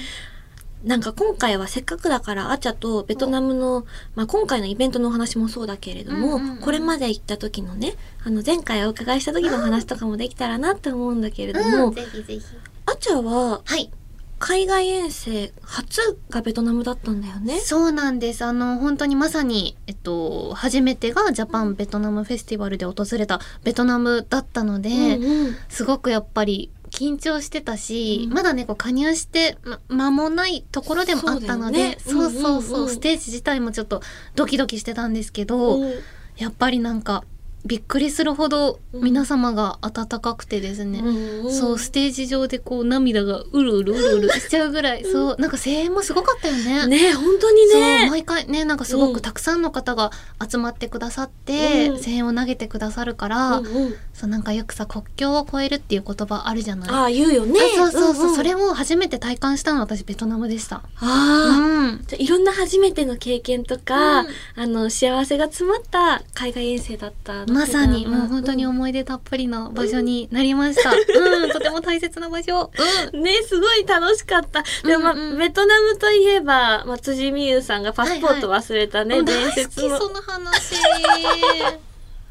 Speaker 1: なんか今回はせっかくだからアチャとベトナムの、まあ、今回のイベントのお話もそうだけれども、
Speaker 2: うんうんうん
Speaker 1: これまで行った時のね、あの前回お伺いした時の話とかもできたらなって思うんだけれども、
Speaker 2: うんぜひぜひ。
Speaker 1: アチャは
Speaker 2: はい。
Speaker 1: 海外遠征初がベトナムだったんだよね。
Speaker 2: そうなんです。あの、本当にまさに、えっと、初めてがジャパンベトナムフェスティバルで訪れたベトナムだったので、
Speaker 1: うんうん
Speaker 2: すごくやっぱり緊張してたし、
Speaker 1: うん
Speaker 2: まだね、こう加入して、ま、間もないところでもあったので、
Speaker 1: そうだよ
Speaker 2: そう
Speaker 1: ね
Speaker 2: そうそ
Speaker 1: う
Speaker 2: う、
Speaker 1: んうんうん
Speaker 2: ステージ自体もちょっとドキドキしてたんですけど、
Speaker 1: うん
Speaker 2: やっぱりなんか、びっくりするほど皆様が温かくてですね、
Speaker 1: うんうん
Speaker 2: そう、ステージ上でこう涙がうるうるうるうるしちゃうぐらい、そう、なんか声援もすごかったよね。
Speaker 1: ね本当に
Speaker 2: そう、
Speaker 1: ね。
Speaker 2: 毎回ね、なんかすごくたくさんの方が集まってくださって、
Speaker 1: うん
Speaker 2: 声援を投げてくださるから、
Speaker 1: うんうん
Speaker 2: そう、なんかよくさ、国境を越えるっていう言葉あるじゃない。
Speaker 1: ああ言うよね。
Speaker 2: あそうそうそう、
Speaker 1: んん
Speaker 2: それを初めて体感したのは私ベトナムでした。う
Speaker 1: ああ、
Speaker 2: ん。
Speaker 1: じゃあいろんな初めての経験とか、
Speaker 2: うん
Speaker 1: あの幸せが詰まった海外遠征だったのかな
Speaker 2: まさに、もう本当に思い出たっぷりの場所になりました。うん、とても大切な場所。
Speaker 1: ね、すごい楽しかった。でも、まあ
Speaker 2: うんうん
Speaker 1: ベトナムといえば、まあ、辻美優さんがパスポート忘れたね、
Speaker 2: うん。大
Speaker 1: 伝
Speaker 2: 好き、
Speaker 1: 説
Speaker 2: そ
Speaker 1: も。
Speaker 2: の話。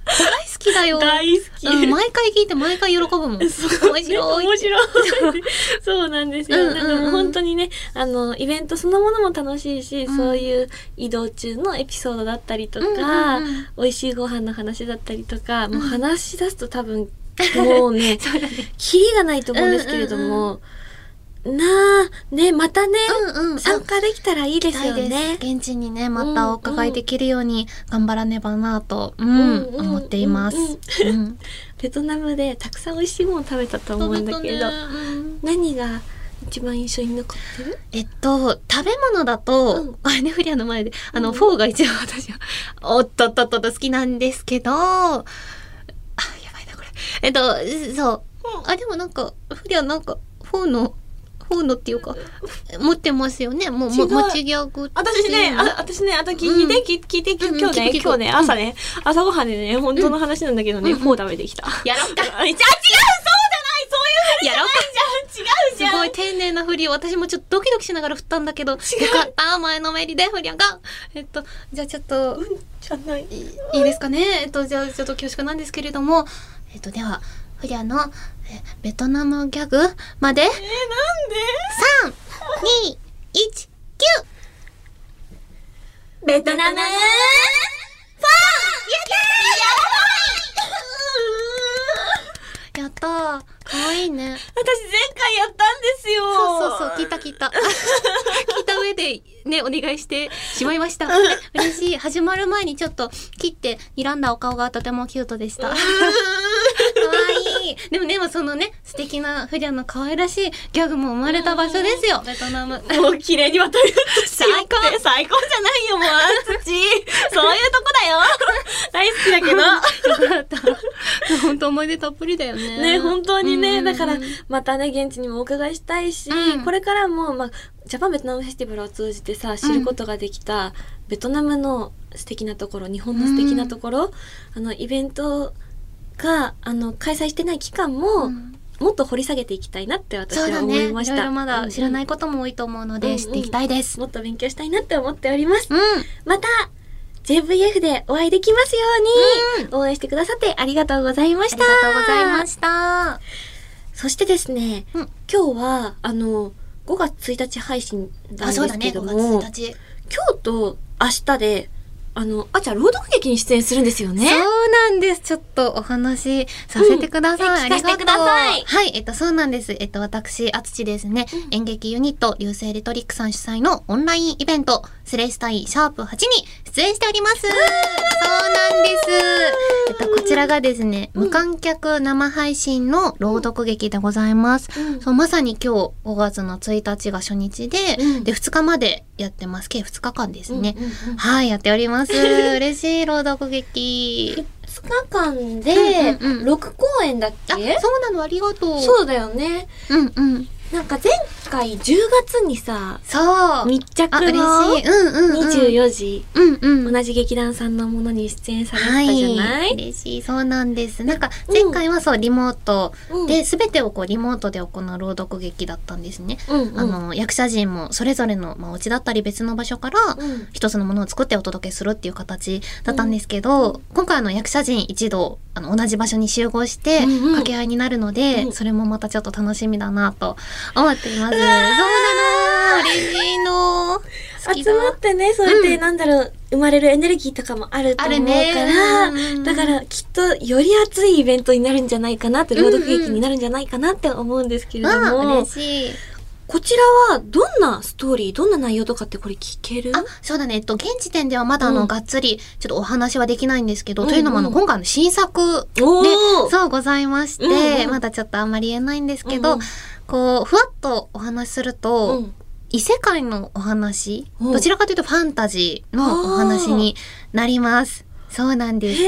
Speaker 2: 大好きだよ。
Speaker 1: 大好き。
Speaker 2: うん、毎回聞いて毎回喜ぶ もん。面白い。
Speaker 1: 面白い。 そうなんですよ。
Speaker 2: うんうんうん
Speaker 1: だから本当にね、あの、イベントそのものも楽しいし、
Speaker 2: うん
Speaker 1: そういう移動中のエピソードだったりとか、
Speaker 2: うんうんうん
Speaker 1: 美味しいご飯の話だったりとか、もう話し出すと多 分、もうね、キリがないと思うんですけれども、なあ、ね、またね、
Speaker 2: うんうん。
Speaker 1: 参加できたらいいですよ
Speaker 2: 行きた
Speaker 1: ね
Speaker 2: い。です現地にね、またお伺いできるように頑張らねばなと、うん、
Speaker 1: うんうん
Speaker 2: 思っています。うん。
Speaker 1: ベトナムでたくさん美味しいもの食べたと思うんだけど、何が一番印象に残ってる
Speaker 2: えっと、食べ物だと、
Speaker 1: うん
Speaker 2: あれね、フリアの前で、あの、
Speaker 1: うん
Speaker 2: フォーが一番私は、おっとっとっとっと好きなんですけど、あ、やばいな、これ。えっと、そう。あ、でもなんか、フリアなんか、フォーの、フォーのっていうか、持ってますよね。もう、も、
Speaker 1: 違う
Speaker 2: 持ちギャグって
Speaker 1: 私ね
Speaker 2: いう、の
Speaker 1: あ私ね、あと聞
Speaker 2: う
Speaker 1: い
Speaker 2: ん
Speaker 1: て、聞いて、聞いて、
Speaker 2: うんうん
Speaker 1: 今日
Speaker 2: 聞
Speaker 1: ね
Speaker 2: く聞、く
Speaker 1: 今日ね、朝ね、朝ごはんでね、本当の話なんだけどね、
Speaker 2: うん
Speaker 1: フォー食べてきた。
Speaker 2: やろっか。
Speaker 1: あ、違う違うそうじゃない
Speaker 2: やろうか。
Speaker 1: そういう話じ
Speaker 2: す
Speaker 1: ゃん違うじゃん
Speaker 2: ごい丁寧なフリを私もちょっとドキドキしながら振ったんだけど、よかった、前のめりでフリアが。えっと、じゃあちょっと、
Speaker 1: じゃない。
Speaker 2: いいいですかね。えっと、じゃあちょっと恐縮なんですけれども、えっと、では、フリアの、えベトナムギャグまで、3、2、
Speaker 1: え、なんで
Speaker 2: 1、
Speaker 1: ベトナム
Speaker 2: 9! やったーかわいいね。
Speaker 1: 私前回やったんですよ
Speaker 2: そうそうそう、聞いた聞いた。聞いた上で、ね、お願いしてしまいました。ね嬉しい。始まる前にちょっと切って睨んだお顔がとてもキュートでした。かわいい。でもでもそのね、素敵なフリアの可愛らしいギャグも生まれた場所ですよ。ベトナム。
Speaker 1: もう綺麗にまとめようとして
Speaker 2: 最高
Speaker 1: やって最高じゃないよ、もう、あんつち。そういうとこだよ。大好きだけど。
Speaker 2: よかった。本当思い出たっぷりだよね。
Speaker 1: ね、本当にね、
Speaker 2: うん
Speaker 1: だから、またね、現地にもお伺いしたいし、
Speaker 2: うん
Speaker 1: これからも、まあ、ジャパンベトナムフェスティバルを通じてさ、知ることができた、ベトナムの素敵なところ、日本の素敵なところ、あの、イベントが、あの、開催してない期間も、
Speaker 2: うん
Speaker 1: もっと掘り下げていきたいなって私
Speaker 2: そう
Speaker 1: は
Speaker 2: だ
Speaker 1: 思
Speaker 2: ね。
Speaker 1: い
Speaker 2: いろ
Speaker 1: ま
Speaker 2: い
Speaker 1: した。、
Speaker 2: ろまだ知らないいことも多いと思うの
Speaker 1: うんう
Speaker 2: で、
Speaker 1: ん
Speaker 2: 知っていきたいです。
Speaker 1: もっと勉強したいなって思っております。
Speaker 2: うん。
Speaker 1: また、JVF でお会いできますように、応援してくださってありがとうございま
Speaker 2: あ
Speaker 1: し
Speaker 2: り
Speaker 1: た。
Speaker 2: がとうございました。
Speaker 1: す。そしてですね、
Speaker 2: うん
Speaker 1: 今日は、あの、5月1日配信なん
Speaker 2: あ、
Speaker 1: です
Speaker 2: そうだね。
Speaker 1: けど
Speaker 2: 5
Speaker 1: も、
Speaker 2: 月1日。
Speaker 1: 今日と明日で、あの、あちゃん朗読劇に出演するんですよね。
Speaker 2: そうなんです。ちょっとお話しさせてください。
Speaker 1: うん
Speaker 2: ありが
Speaker 1: 聞
Speaker 2: とう
Speaker 1: かせてください
Speaker 2: はい、えっと、そうなんです。えっと、私、あつちですね、演劇ユニット、流星レトリックさん主催のオンラインイベント、スレイスタイシャープ8に出演しております。そうなんです。えっと、こちらがですね、無観客生配信の朗読劇でございます。そう、まさに今日5月の1日が初日で、
Speaker 1: うん
Speaker 2: で、2日までやってます。計2日間ですね。
Speaker 1: うんうんうん
Speaker 2: はい、やってお ります。嬉しい朗読劇。
Speaker 1: 2日間で
Speaker 2: うんうんうん
Speaker 1: 6公演だっ
Speaker 2: あ、
Speaker 1: け
Speaker 2: そうなの、ありがとう。
Speaker 1: そうだよね。
Speaker 2: うんうん。
Speaker 1: なんか前回10月にさ、
Speaker 2: そう。
Speaker 1: 密着
Speaker 2: あ、嬉
Speaker 1: の
Speaker 2: しい。うんうん、うん。
Speaker 1: 24時、
Speaker 2: うんうん。
Speaker 1: 同じ劇団さんのものに出演されて
Speaker 2: は
Speaker 1: たじゃない、
Speaker 2: い。嬉しい。そうなんです。なんか、前回はそう、リモート
Speaker 1: うん
Speaker 2: で、すべてをこう、リモートで行う朗読劇だったんですね。
Speaker 1: うんうん
Speaker 2: あの、役者陣も、それぞれの、まあ、お家だったり別の場所から、
Speaker 1: うん
Speaker 2: 一つのものを作ってお届けするっていう形だったんですけど、今回あの役者陣一同あの同じ場所に集合して
Speaker 1: うんうん
Speaker 2: 掛け合いになるので、
Speaker 1: うん
Speaker 2: それもまたちょっと楽しみだなと思っています。そうなの嬉しいの好きだ
Speaker 1: 集まってね、そうやってなんだろう、生まれるエネルギーとかもあると
Speaker 2: あ
Speaker 1: 思
Speaker 2: る
Speaker 1: う
Speaker 2: ね
Speaker 1: から、
Speaker 2: うん
Speaker 1: だからきっとより熱いイベントになるんじゃないかなって、朗読劇になるんじゃないかなって思うんですけれども、
Speaker 2: わあ嬉しい。
Speaker 1: こちらはどんなストーリー、どんな内容とかってこれ聞ける
Speaker 2: あ、そうだね。えっと、現時点ではまだあの、
Speaker 1: うん
Speaker 2: がっつり、ちょっとお話はできないんですけど、
Speaker 1: うんうん
Speaker 2: というのもあの、今回の新作で
Speaker 1: おー、
Speaker 2: そうございまして、
Speaker 1: うんうん
Speaker 2: まだちょっとあんまり言えないんですけど、
Speaker 1: うんうん
Speaker 2: こう、ふわっとお話しすると、
Speaker 1: うん
Speaker 2: 異世界のお話、
Speaker 1: うん
Speaker 2: どちらかというとファンタジーのお話になります。そうなんです。
Speaker 1: へ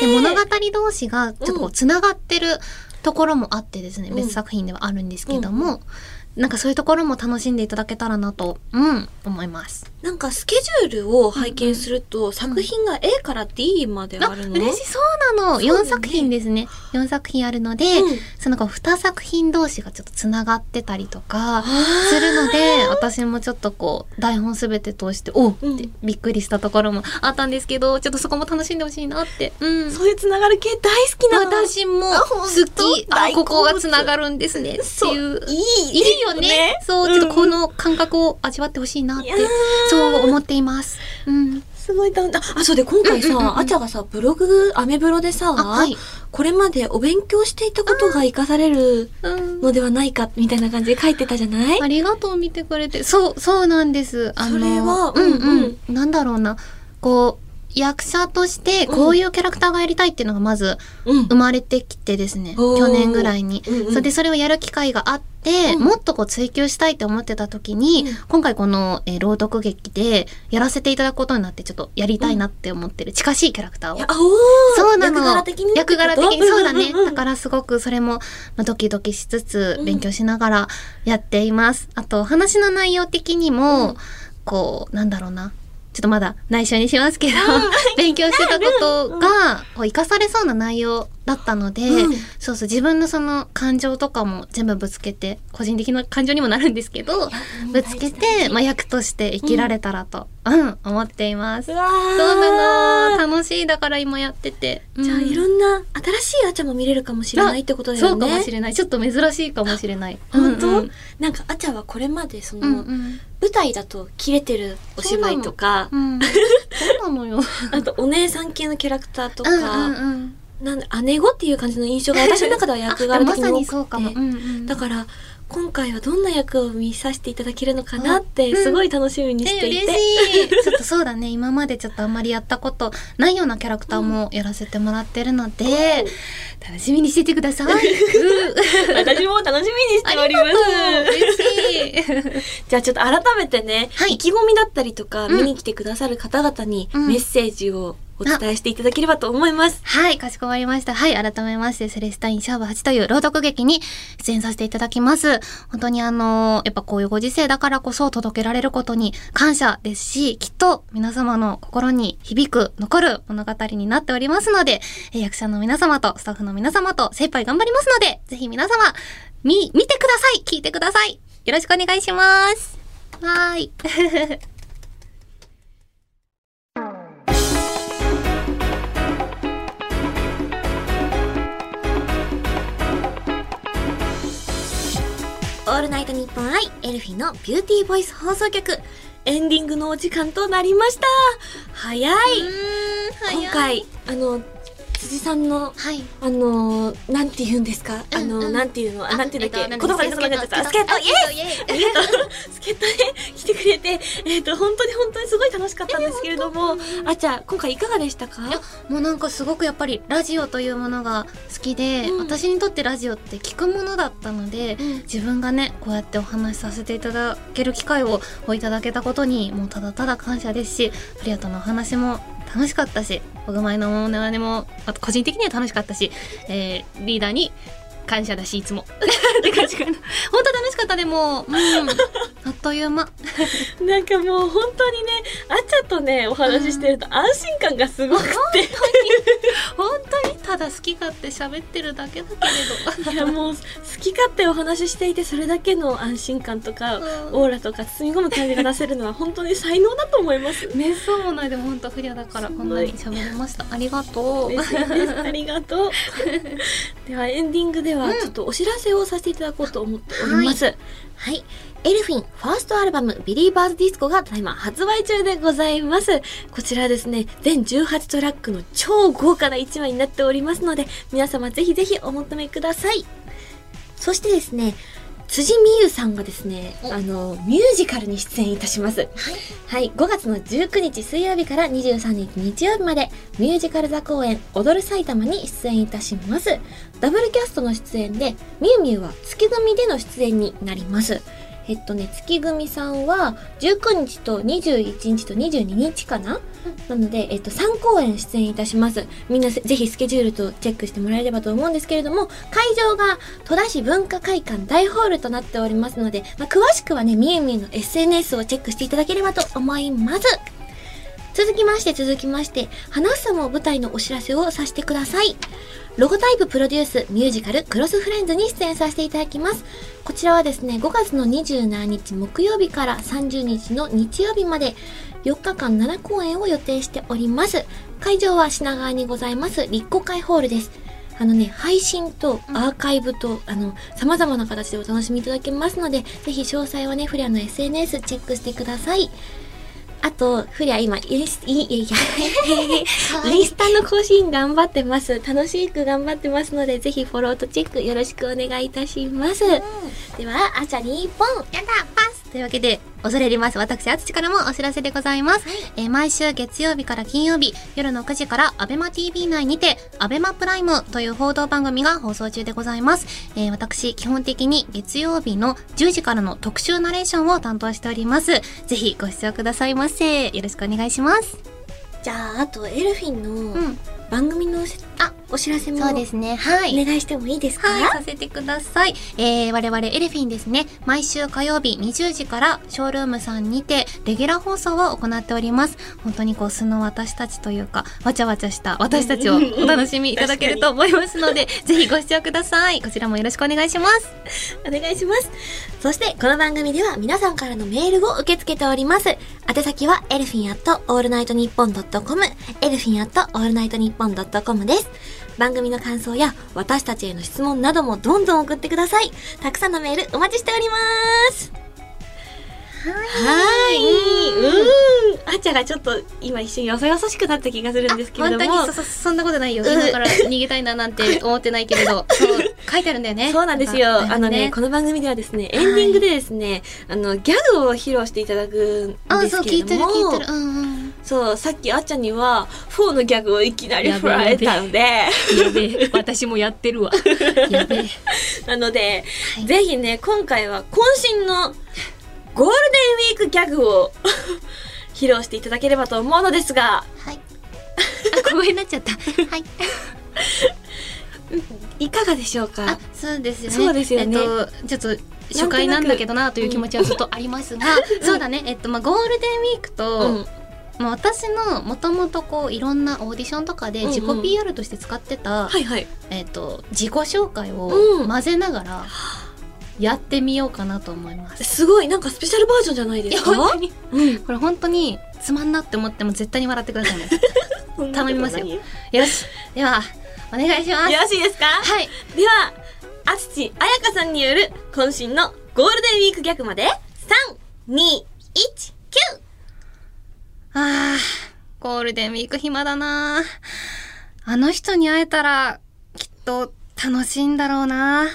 Speaker 2: で
Speaker 1: ー。
Speaker 2: 物語同士がちょっとこ
Speaker 1: う
Speaker 2: う繋がってるところもあってですね、
Speaker 1: うん
Speaker 2: 別作品ではあるんですけども、なんかそういうところも楽しんでいただけたらなと、うん、思います。
Speaker 1: なんかスケジュールを拝見すると、作品が A から D まであるの。
Speaker 2: 嬉しそうなの。
Speaker 1: そうだよね
Speaker 2: 4作品ですね。4作品あるので、
Speaker 1: うん
Speaker 2: そのこう2作品同士がちょっとつながってたりとか
Speaker 1: あー
Speaker 2: するので、私もちょっとこう、台本すべて通して、おうっ
Speaker 1: うん
Speaker 2: てびっくりしたところもあったんですけど、ちょっとそこも楽しんでほしいなって。うん。
Speaker 1: そういうつながる系大好きなの。
Speaker 2: 私も
Speaker 1: あほんと
Speaker 2: 好き。あ、
Speaker 1: 大好
Speaker 2: こ
Speaker 1: 物
Speaker 2: こがつながるんですね。って
Speaker 1: そ
Speaker 2: いう。
Speaker 1: い
Speaker 2: いいよね。
Speaker 1: ね
Speaker 2: そう、ちょっとこの感覚を味わってほしいなっ
Speaker 1: い
Speaker 2: て
Speaker 1: やー、
Speaker 2: そう思っています。うん。
Speaker 1: すごい楽しあ、あそうで、今回
Speaker 2: うんうんうんう
Speaker 1: さ、
Speaker 2: ん
Speaker 1: あちゃがさ、ブログ、アメブロでさ、
Speaker 2: あ、はい。
Speaker 1: これまでお勉強していたことが活かされる
Speaker 2: うん
Speaker 1: のではないか、みたいな感じで書いてたじゃない
Speaker 2: ありがとう見てくれて。そう、そうなんです。あ
Speaker 1: そ
Speaker 2: の、
Speaker 1: れは
Speaker 2: うん
Speaker 1: うん
Speaker 2: うん。なんだろうな。こう、役者としてこういうキャラクターがやりたいっていうのがまず
Speaker 1: うん
Speaker 2: 生まれてきてですね。
Speaker 1: おー
Speaker 2: 去年ぐらいに。
Speaker 1: うんうん
Speaker 2: それでそれをやる機会があって、
Speaker 1: うん
Speaker 2: もっとこう追求したいと思ってた時に、
Speaker 1: うん
Speaker 2: 今回この、えー朗読劇でやらせていただくことになってちょっとやりたいなって思ってる近しいキャラクターを
Speaker 1: いやあおー
Speaker 2: そうなの。
Speaker 1: 役柄的にってこと
Speaker 2: 役柄的にそうだね。
Speaker 1: んんん
Speaker 2: だからすごくそれも、まあ、ドキドキしつつ
Speaker 1: うん
Speaker 2: 勉強しながらやっています。あと、話の内容的にも、
Speaker 1: うん
Speaker 2: こう、なんだろうな。ちょっとまだ内緒にしますけど、 勉強してたことが、こう、活かされそうな内容だったので、
Speaker 1: うん
Speaker 2: そうそう、自分のその感情とかも全部ぶつけて、個人的な感情にもなるんですけど、ぶつけて、まあ、役として生きられたらと、うん、思っています
Speaker 1: う。わー
Speaker 2: そうなの楽しいだから今やってて。
Speaker 1: じゃあ
Speaker 2: うん
Speaker 1: いろんな新しいあちゃも見れるかもしれないってことだ
Speaker 2: そ
Speaker 1: よ
Speaker 2: う
Speaker 1: ね。
Speaker 2: かもしれない。ちょっと珍しいかもしれない。
Speaker 1: 本当、
Speaker 2: うんうん
Speaker 1: なんかあちゃはこれまでその、
Speaker 2: うんうん
Speaker 1: 舞台だと切れてるお芝居とか、
Speaker 2: うん。そうな のよ。
Speaker 1: あとお姉さん系のキャラクターとか、
Speaker 2: うんうんうん
Speaker 1: なんで姉子っていう感じの印 象が私の中では役柄的に多く
Speaker 2: ま
Speaker 1: て
Speaker 2: さにそうかも。うんうん
Speaker 1: だから今回はどんな役を見させていただけるのかなっ
Speaker 2: う
Speaker 1: て
Speaker 2: ん
Speaker 1: すごい楽しみにし
Speaker 2: ね
Speaker 1: ていて、
Speaker 2: 嬉しい。ちょっとそうだね。今までちょっとあんまりやったことないようなキャラクターもやらせてもらってるので、楽しみにしててくださ い。うん
Speaker 1: 私も楽しみにしておりま
Speaker 2: あ
Speaker 1: す。
Speaker 2: りがとう。嬉しい。
Speaker 1: じゃあちょっと改めてね、
Speaker 2: はい
Speaker 1: 意気込みだったりとか、
Speaker 2: うん
Speaker 1: 見に来てくださる方々に
Speaker 2: うん
Speaker 1: メッセージをお伝えしていただければと思います。
Speaker 2: はい、かしこまりました。はい、改めまして、セレスタインシャーブ8という朗読劇に出演させていただきます。本当にあの、やっぱこういうご時世だからこそ届けられることに感謝ですし、きっと皆様の心に響く、残る物語になっておりますので、えー役者の皆様とスタッフの皆様と精一杯頑張りますので、ぜひ皆様、み、見てください聞いてくださいよろしくお願いします はーい。
Speaker 1: オールナイトニッポンアイエルフィのビューティーボイス放送局エンディングのお時間となりました。早い。今回あの辻さんの、
Speaker 2: はい。
Speaker 1: あのー、なんて言うんですか、あの
Speaker 2: うんう
Speaker 1: ー、
Speaker 2: ん
Speaker 1: なんて言うの、あ、なんて言うんだっ
Speaker 2: え
Speaker 1: け、
Speaker 2: っ
Speaker 1: 言葉
Speaker 2: と
Speaker 1: が
Speaker 2: 何
Speaker 1: 出
Speaker 2: で
Speaker 1: て
Speaker 2: す
Speaker 1: こ
Speaker 2: か
Speaker 1: なかった。スケート、イエ
Speaker 2: あイエー
Speaker 1: ー
Speaker 2: イ
Speaker 1: イあり がとう助っ人ね、来てくれて、えっと、本当に本当にすごい楽しかったんですけれども、あちゃん、今回いかがでしたか
Speaker 2: いやもうなんかすごくやっぱりラジオというものが好きで、
Speaker 1: うん
Speaker 2: 私にとってラジオって聞くものだったので、自分がねこうやってお話しさせていただける機会をいただけたことにもうただただ感謝ですしフリアとのお話も楽しかったしオグマイのものまねもあと個人的には楽しかったし、えーリーダーに感謝だしい つもって感じかな本当楽しかったでもう、うん、あっという間
Speaker 3: なんかもう本当にね、あちゃとね、お話ししてると安心感がすごくて、
Speaker 2: 本当にただ好き勝手喋ってるだけだけれど
Speaker 3: いやもう好き勝手お話ししていて、それだけの安心感とか、
Speaker 2: うん
Speaker 3: オーラとか包み込む感じが出せるのは本当に才能だと思います。
Speaker 2: ね、そうもないでも本当不良だからこんなに喋れました。ありがとう。
Speaker 3: 嬉しいです。 ありが とう。ではエンディングではちょっとお知らせをさせていただこうと思っております。
Speaker 1: はい。エルフィンファーストアルバムビリーバーズディスコがただいま発売中でございます。こちらですね、全18トラックの超豪華な1枚になっておりますので、皆様ぜひぜひお求めください。そしてですね、辻美優さんがですね、
Speaker 2: お
Speaker 1: あの、ミュージカルに出演いたします。はい、5月の19日水曜日から23日日曜日まで、ミュージカル座公演、踊る埼玉に出演いたします。ダブルキャストの出演で、みゆみゆは月組での出演になります。えっとね、月組さんは、19日と21日と22日かな、なので、えっと、3公演出演いたします。みんなぜぜひスケジュールとチェックしてもらえればと思うんですけれども、会場が戸田市文化会館大ホールとなっておりますので、まあ、詳しくはね、みゆみゆの SNS をチェックしていただければと思います。続きまして続きまして、花房も舞台のお知らせをさせてください。ロゴタイププロデュースミュージカルクロスフレンズに出演させていただきます。こちらはですね、5月の27日木曜日から30日の日曜日まで4日間7公演を予定しております。会場は品川にございます立候会ホールです。あのね、配信とアーカイブと、あの、様々な形でお楽しみいただけますので、ぜひ詳細はね、フレアの SNS チェックしてください。あと、フレア今、インス、いい、いやいや、インスタの更新頑張ってます。楽しく頑張ってますので、ぜひフォローとチェックよろしくお願いいたします。では、あちゃに一本。
Speaker 2: やだパスというわけで恐れ入ります私あつちからもお知らせでございます、えー毎週月曜日から金曜日夜の9時からアベマ t v 内にてアベマプライムという報道番組が放送中でございます、えー私基本的に月曜日の10時からの特集ナレーションを担当しておりますぜひご視聴くださいませよろしくお願いします
Speaker 1: じゃあ、あと、エルフィンの
Speaker 2: ん
Speaker 1: 番組のおし
Speaker 2: あ
Speaker 1: お知らせも、
Speaker 2: そうですねはい
Speaker 1: お願いしてもいいですか、
Speaker 2: はい、させてください。えー、我々エルフィンですね、毎週火曜日20時からショールームさんにてレギュラー放送を行っております。本当にこう素の私たちというか、わちゃわちゃした私たちをお楽しみいただけると思いますので、ぜひご視聴ください。こちらもよろしくお願いします。
Speaker 1: お願いします。そして、この番組では皆さんからのメールを受け付けております。宛先は、エルフィンアットオールナイトニッポンドットコム、エルフィンアットオールナイトニッポンドットコムです。番組の感想や、私たちへの質問などもどんどん送ってください。たくさんのメールお待ちしております。。
Speaker 3: はい
Speaker 1: うん。あちゃがちょっと今一瞬よそよそしくなった気がするんですけれど
Speaker 2: 本
Speaker 1: も。
Speaker 2: 当にそそそんなことないよ。今から逃げたいななんて思ってないけれ ど、そう書いてあるんだよね。
Speaker 1: そうなんですよ。
Speaker 2: か
Speaker 1: あのね、
Speaker 2: ね
Speaker 1: この番組ではですね、エンディングでですね、あの、ギャグを披露していただくん
Speaker 2: あ、
Speaker 1: で
Speaker 2: そ
Speaker 1: す
Speaker 2: う、聞
Speaker 1: け
Speaker 2: いて
Speaker 1: れ
Speaker 2: る
Speaker 1: ども、
Speaker 2: 聞いてる。うんうん。
Speaker 1: そう、さっきあっちゃんには、4のギャグをいきなり振られたので、
Speaker 2: やべえ、私もやって るわ。やべえ。
Speaker 1: なので、
Speaker 2: はい
Speaker 1: ぜひね、今回は渾身のゴールデンウィークギャグを 披露していただければと思うのですが、
Speaker 2: はい。あ、公園になっちゃった。はい。
Speaker 1: いかがでしょうか
Speaker 2: あ、そうですよね。
Speaker 1: そうですよね
Speaker 2: えっと、ちょっと、初回なんだけどなという気持ちはずっとあります が、そうだね。えっと、まあ、ゴールデンウィークと、
Speaker 1: うん
Speaker 2: まあ、私のもともとこう、いろんなオーディションとかで自
Speaker 1: うんうん
Speaker 2: 己 PR として使ってた、
Speaker 1: はいはい。
Speaker 2: えっと、自己紹介を
Speaker 1: うん
Speaker 2: 混ぜながら、やってみようかなと思います。
Speaker 1: すごい、なんかスペシャルバージョンじゃないで
Speaker 2: いや、
Speaker 1: すか
Speaker 2: 本当に、
Speaker 1: うん
Speaker 2: これ本当に、つまんなって思っても絶対に笑ってくださ いね。頼みますよ
Speaker 1: よ
Speaker 2: よし。では、お願いします。
Speaker 1: ろしいですか
Speaker 2: はい。
Speaker 1: では、あつちあやかさんによる渾身のゴールデンウィークギャグまで、3、2、1、9!
Speaker 2: あー、ゴールデンウィーク暇だなー。あの人に会えたら、きっと楽しいんだろうな。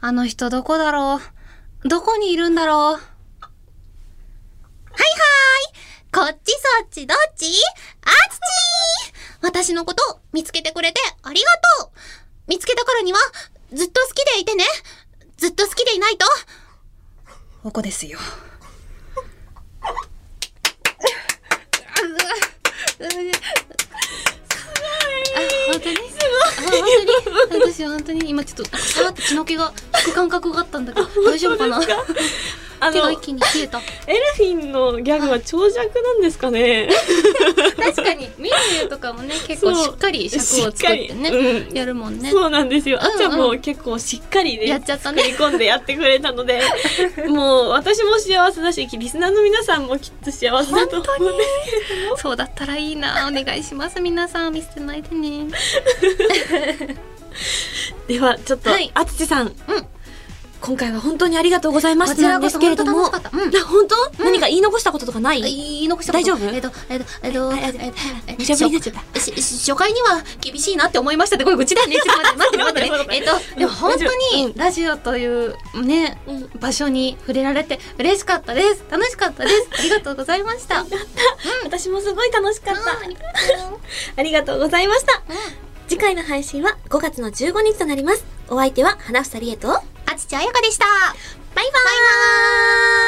Speaker 2: あの人どこだろう。どこにいるんだろう。はいはーい。こっちそっちどっちあつちー私のこと見つけてくれてありがとう見つけたからにはずっと好きでいてねずっと好きでいないとここですよ。あ本当に本当に私本当に今ちょっとさーって血の気が引く感覚があったんだけど大丈夫かな
Speaker 1: あ
Speaker 2: 手
Speaker 1: の
Speaker 2: が一気に冷えた
Speaker 1: エルフィンのギャグは長尺なんですかね
Speaker 2: 確かにミルミルとかもね結構しっかり尺を作ってね、
Speaker 1: しっかりうん
Speaker 2: やるも んね
Speaker 1: そうなんですよ。あちゃん
Speaker 2: うんう
Speaker 1: も結構しっかりね、
Speaker 2: やっちゃったね
Speaker 1: 作り込んでやってくれたので、もう私も幸せだし、リスナーの皆さんもきっと幸せだと思うんです
Speaker 2: そうだったらいいなお願いします皆さん見捨てないでね
Speaker 1: では、ちょっと、
Speaker 2: はい
Speaker 1: あつちさん。今回は本当にありがとうございま
Speaker 2: こ
Speaker 1: し
Speaker 2: ち
Speaker 1: た
Speaker 2: ら
Speaker 1: ん
Speaker 2: こ
Speaker 1: で
Speaker 2: そ
Speaker 1: すけれ
Speaker 2: 本当
Speaker 1: ど
Speaker 2: 楽
Speaker 1: も
Speaker 2: しかっ。たうん
Speaker 1: な本当、何か言い残したこととかない、
Speaker 2: 言い残したこ
Speaker 1: 大
Speaker 2: と
Speaker 1: 丈夫
Speaker 2: えっとえっとえっとえっとえっとえっと
Speaker 1: 無茶ぶりになっちゃった。
Speaker 2: し初回には厳しいなって思いましたってこれ愚痴だ よねちょっと待って待って待って、ね、えっとでも本当にラジオというね、
Speaker 1: うん
Speaker 2: 場所に触れられて嬉しかったです楽しかったですありがとうございましたあ
Speaker 1: 私もすごい楽しかった。
Speaker 2: りがと
Speaker 1: ありがとうございました。
Speaker 2: う
Speaker 1: 次回の配信は5月の15日となります。お相手は花房理恵と、
Speaker 2: あちちあやかでしたバイバイ